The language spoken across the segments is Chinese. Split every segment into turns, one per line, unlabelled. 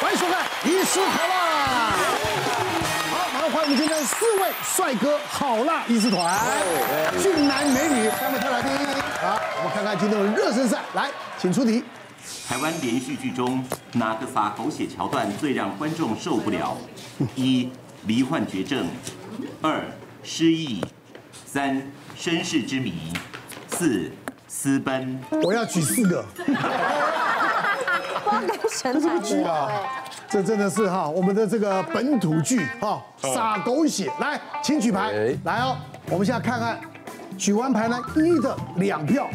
欢迎收看《医师好辣》。好，马上欢迎我们今天四位帅哥好辣医师团，俊男美女三位特来宾。好，我们看看今天的热身赛，来，请出题。
台湾连续剧中哪个撒狗血桥段最让观众受不了？一、罹患绝症；二、失忆；三、身世之谜；四、私奔。
我要举四个，
光跟神
这个剧啊，这真的是哈，我们的这个本土剧哈，撒狗血。来，请举牌
嗯哎，
来哦，我们现在看看，举完牌呢，一的两票，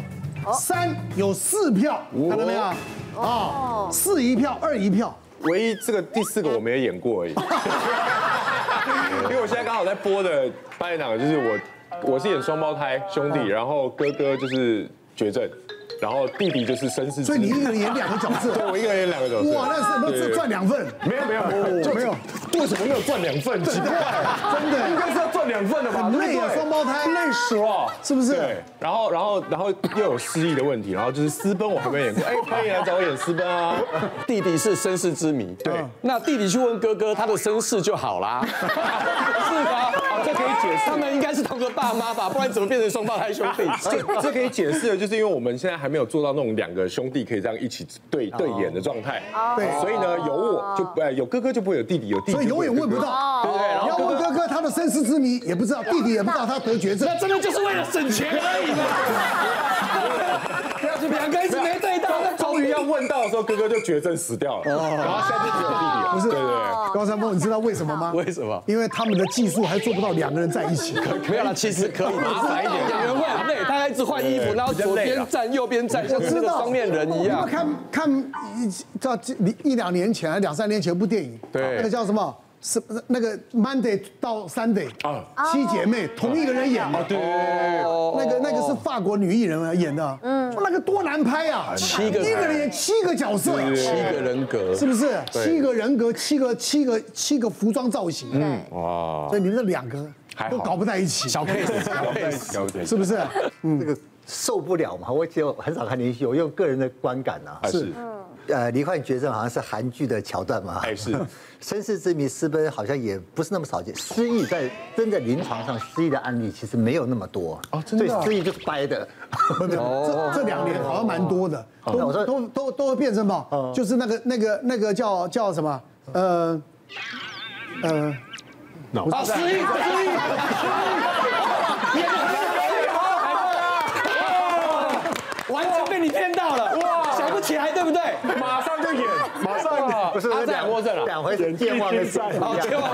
三有四票，
哦
看到没有？啊，四一票，二一票。
唯一这个第四个我没有演过而已，因为我现在刚好在播的扮演档就是我，我是演双胞胎兄弟，然后哥哥就是绝症，然后弟弟就是绅士之子，
所以你一个人演两个角色，
对 我一个人演两个角色，
哇，那是不
对对
是
对
赚两份？
没有没有
没有，
为什么没有赚两份？奇怪，
真的
应该是要赚两份的吧？
很累啊
对不对
双胞胎
累死了，
是不是
对，然后然后然后又有失忆的问题，然后就是私奔，我还没有演过，哎，欢迎来找我演私奔啊！
弟弟是身世之谜，对，那弟弟去问哥哥他的身世就 好啦，是吧？好，这可以解释，他们应该是同个爸妈吧，不然怎么变成双胞胎兄弟？
这这可以解释的，就是因为我们现在还没有做到那种两个兄弟可以这样一起对对演的状态，
对
所以呢，有我就呃有哥哥就不会有弟弟，有弟弟
所以
就
永
不会有
远问不
哥哥。
到。
对不哦对？然
你要
后
问
哥哥
哥哥他的身世之谜也不知道，弟弟也不知道他得绝症
那。真的就是为了省钱而 已嘛。两个一直没对到，那
终于要问 到的时候，哥哥就绝症死掉了，然后现在就只有弟弟了。
不是
对对
高山峰，你知道为什么吗？
为什么？
因为他们的技术还做不到两个人在一起。
没有啦，其实可以麻烦一点，演员会很累，大家一直换衣服，然后左边
啊
站右边站，像
我
是
知
那个
道
双面人一
我
样
们。看看一到一一两年前，还两三年前有部电影，
对
那个叫什么？是那个 Monday 到 Sunday
啊
七姐妹同一个人演的，
对对
那个那个是法国女艺人演的，嗯，那个多难拍啊，
七个
一个人演七个角色，
七个人格
是不是？七个人格，七个七个七个服装造型，嗯，
对，哇，
所以你们这两个
还好
都搞不在一起，
小 case，小 case。
了解
是不是？
这个受不了嘛，我就很少看连续剧，我用个人的观感啊，
还是
呃，罹患绝症好像是韩剧的桥段嘛，
哎是
身世之谜私奔好像也不是那么少见，失忆在真的临床上失忆的案例其实没有那么多
哦真的啊
对，失忆就是掰的，
不不，
哦
这这两年好像蛮多的，
我
都
说
都都都会变成嘛，
嗯
就是那个那个那个叫叫什么？呃呃，
啊，失忆，失 忆，演的很好，演得很好，完全被你骗到了，哇，想不起来，对不对？
马上就演，马上
不是
阿赞或者
两回事，健忘的事不
好，
一
千
样。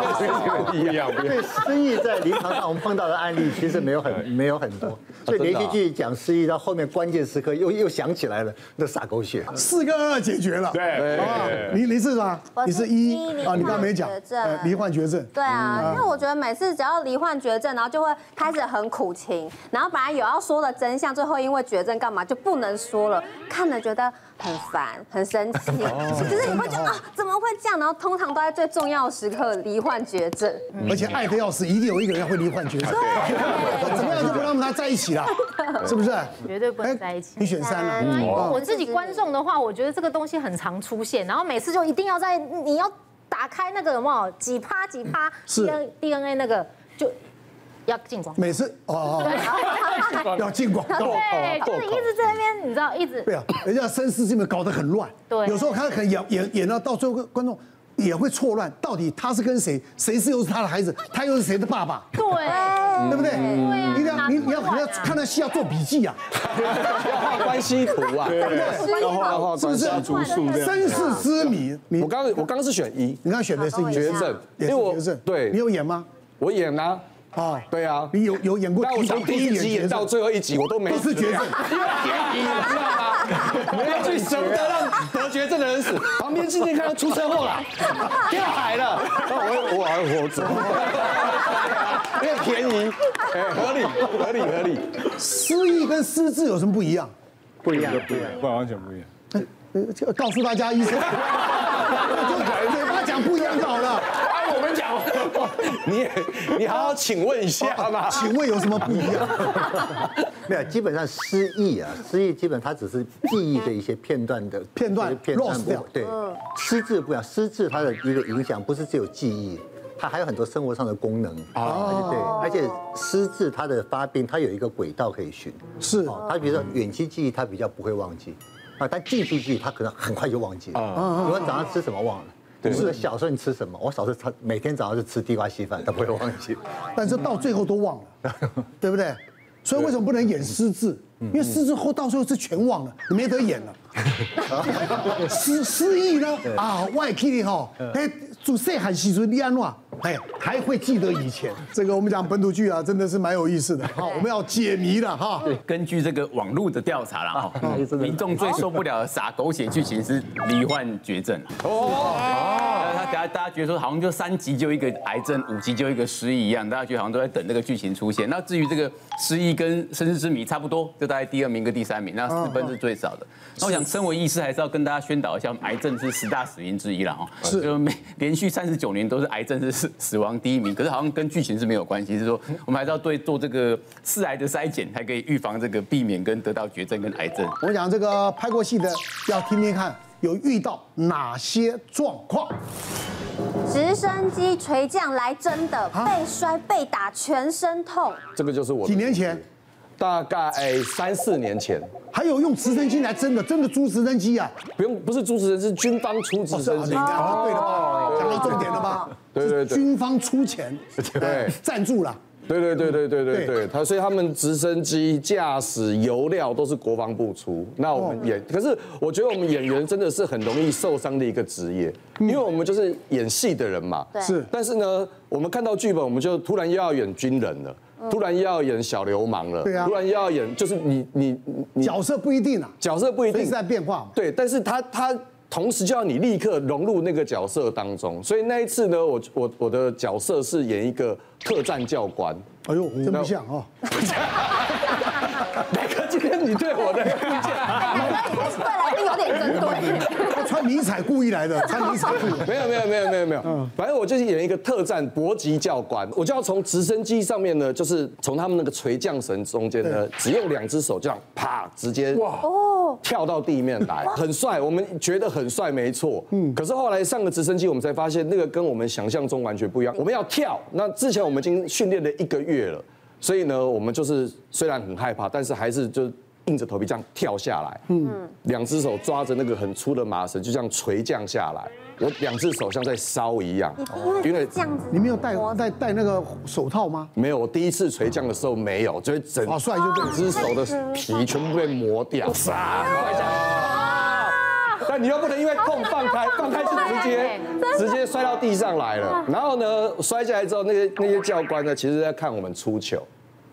万别
不一样，不一样。
对失忆在临床上我们碰到的案例其实没有很没有很多，所以连续剧讲失忆到后面关键时刻又又想起来了，那撒狗血。
四跟二解决了，
对
好不好
对？
你你是什么
我？是
你是一
一罹
啊？
患
你刚刚没讲
绝，症
呃罹患绝症，
对啊，因为我觉得每次只要罹患绝症，然后就会开始很苦情，然后本来有要说的真相，最后因为绝症干嘛就不能说了，看了觉得很烦，很生气，就是你会觉得啊怎么会这样？然后通常都在最重要的时刻罹患绝症，
嗯而且爱的要死，一定有一个人会罹患绝症，怎么样就不让他在一起了，是不是？
绝对不能在一起
哎你选三了，
嗯
因为
哦
我自己观众的话，我觉得这个东西很常出现，然后每次就一定要在你要打开那个什么几趴几趴
嗯是
DNA DNA 那个就要进广告。
每次哦哦，要进广告。
对，就是一直在那边，你知道，一直
对啊，人家绅士这边搞得很乱，
对
有时候他可能演演演到到最后，观众也会错乱，到底他是跟谁，谁是又是他的孩子，他又是谁的爸爸，
对，
对不对？
对啊
你得要你你要你
哪个
要
乱啊
看那戏要做笔记啊，
要画关系图啊，要画要画
是不
关
是
系？
图数这样
绅士之谜，你
啊我刚我刚刚是选一，
你刚选的是
好
绝
也是
症，
也
因为我
是绝症，
对
你有演吗？
我演啊，
哦，
对啊，
你有有演过
但我
第一
从
集，
第一集演到最后一集我都没
都是绝 症，
因为便宜，你知道吗？我 要去舍不得让得绝症的人死，旁边今天看到出车祸了，跳海了，那我我还活着，因为便宜，哎，合理合理合理，
失忆跟失智有什么不一样？
不一样，不一样。
不，完全不一样。
呃，就告诉大家医生，我就嘴巴讲不一样就好了。
哎，我们讲，
你也你好好请问一下嘛。
请问有什么不一样？
没有，基本上失忆啊，失忆基本它只是记忆的一些片段的
片段
一些片段
lost 掉
对，失智不一样，失智它的一个影响不是只有记忆。它还有很多生活上的功能哦，对，而且失智它的发病，它有一个轨道可以循，
是
哦它比如说远期记忆，它比较不会忘记，啊，但近期记忆它可能很快就忘记
哦
了。比如说早上吃什么忘了，你说小时候你吃什么？我小时候他每天早上是吃地瓜稀饭，他不会忘记。
但是到最后都忘 了，对不对？所以为什么不能演失智？因为失智后到最后是全忘了，你没得演了。失失忆呢？啊，外 K 哈，哎，主谁喊西尊利安诺，哎，还会记得以前。这个我们讲本土剧啊，真的是蛮有意思的哈。我们要解谜了哈。
根据这个网络的调查
啊
啦，哈，
哎
民众最受不了的撒狗血剧情是罹患绝症。哦，他大家大家觉得说好像就三级就一个癌症，五级就一个失忆一样，大家觉得好像都在等这个剧情出现。那至于这个失忆跟生死之谜差不多，就大概第二名跟第三名，那四分是最少的。那我想身为医师还是要跟大家宣导一下，癌症是十大死因之一了哈，
是
就每连续三十九年都是癌症是死 死亡第一名，可是好像跟剧情是没有关系，是说我们还是要对做这个四癌的筛检，才可以预防这个避免跟得到绝症跟癌症。
我讲这个拍过戏的要听听看，有遇到哪些状况？
直升机垂降来真的，被摔被打，全身痛。
这个就是我
几年前
大概三四年前，
还有用直升机来真的真的租直升机啊？哦
不用不是主持人是军方出直升
你，
机哦
讲对了吧？讲到重点了吧？
对对对
是军方出钱，
对
赞助了。
对对对对对对
对
对，他所以他们直升机驾驶油料都是国防部出。那我们演，可是我觉得我们演员真的是很容易受伤的一个职业，因为我们就是演戏的人嘛。
对是
但是呢，我们看到剧本，我们就突然又要演军人了，突然又要演小流氓了，
对啊
突然又要演就是你你你
角色不一定啊，
角色不一
随
定
时在变化嘛。
对，但是他他同时就要你立刻融入那个角色当中，所以那一次呢，我我我的角色是演一个特战教官。
哎呦，真不像哦。
大哥，今天你对我的意见
哎两个对来宾有点针对。
他穿迷彩故意来 的，穿迷彩裤。
没有没有没有没有没有，反正我就是演一个特战搏击教官，我就要从直升机上面呢，就是从他们那个垂降绳中间呢，只用两只手这样啪直接哇跳到地面来，很帅，我们觉得很帅没错，嗯，可是后来上了直升机，我们才发现那个跟我们想象中完全不一样，我们要跳，那之前我们已经训练了一个月了。所以呢，我们就是虽然很害怕，但是还是就硬着头皮这样跳下来，嗯，两只手抓着那个很粗的麻绳，就这样垂降下来。我两只手像在烧一样，
因为这样子，
你没有戴戴戴那个手套吗？
没有，我第一次垂降的时候没有，就是整
好帅就对
整
了。
只手的皮全部被磨掉。但你又不能因为痛放开，放开是直接直接摔到地上来了。然后呢，摔下来之后，那些那些教官呢，其实在看我们出球，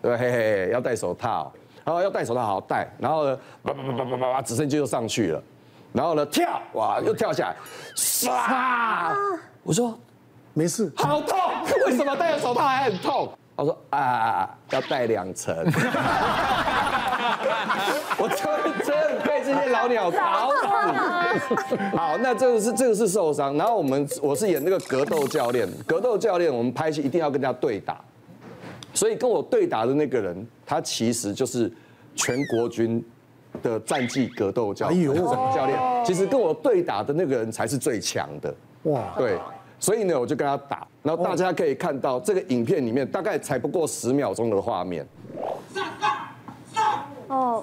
对吧，嘿嘿，嘿要戴手套，然后要戴手套好好戴，然后呢，叭叭叭叭叭叭叭，直升机就上去了，然后呢，跳，哇，又跳下来，唰，我说
没事，
好痛，为什么戴了手套还很痛？他说啊，要戴两 层。我真真被这些老鸟搞死。好，那这个是这个是受伤，然后我们我是演那个格斗教练，格斗教练我们拍戏一定要跟人家对打，所以跟我对打的那个人，他其实就是全国军的战绩格斗教
哎呦
什么教练，其实跟我对打的那个人才是最强的。
哇，
对，所以呢，我就跟他打，然后大家可以看到这个影片里面大概才不过十秒钟的画面，
哦，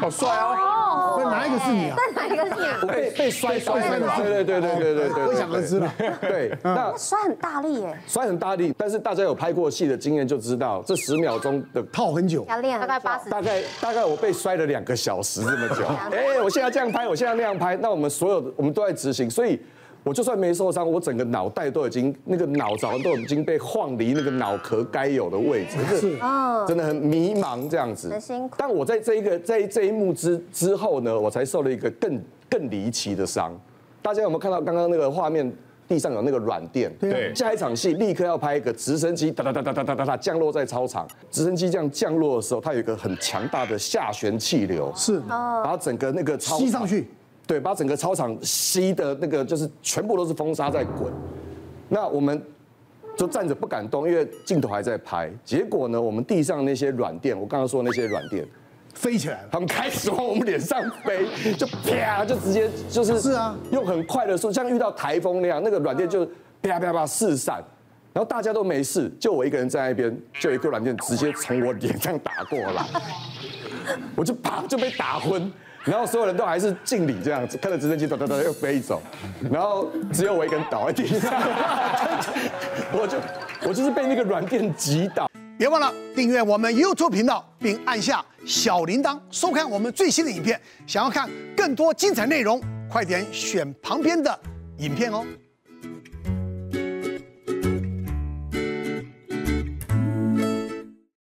好帅哦！
那哪一个是你啊？
但哪一个是你啊？
被被摔摔哦
摔
摔
的
的，
是
对对对对对对对，
可想而知了。
对，那
摔很大力耶，
摔很大力，但是大家有拍过戏的经验就知道，这十秒钟的
套很久，
要练很久
大概八十。
大概大概我被摔了两个小时这么久。哎、我现在这样拍，我现在那样拍，那我们所有的我们都在执行，所以我就算没受伤，我整个脑袋都已经那个脑勺都已经被晃离那个脑壳该有的位置，就是真的很迷茫这样子。
很辛苦
但我在这一个在这一幕之之后呢，我才受了一个更更离奇的伤。大家有没有看到刚刚那个画面？地上有那个软垫，
对
下一场戏立刻要拍一个直升机哒哒哒哒哒哒哒哒降落在操场，直升机这样降落的时候，它有一个很强大的下旋气流，
是
把整个那个操
吸上去，
对，把整个操场吸的那个就是全部都是风沙在滚。那我们就站着不敢动，因为镜头还在拍。结果呢，我们地上那些软垫，我刚刚说的那些软垫，
飞起来了。
他们开始往我们脸上飞，就啪，就直接就是
是啊
用很快的速度，像遇到台风那样，那个软垫就啪啪啪四散，然后大家都没事，就我一个人在那边，就有一个软垫直接从我脸上打过来， 我就啪就被打昏。然后所有人都还是敬礼这样子，看着直升机哒哒哒又飞走，然后只有我一个人倒在地上， 我就我就是被那个软垫击倒。
别忘了订阅我们 YouTube 频道，并按下小铃铛，收看我们最新的影片。想要看更多精彩内容，快点选旁边的影片哦。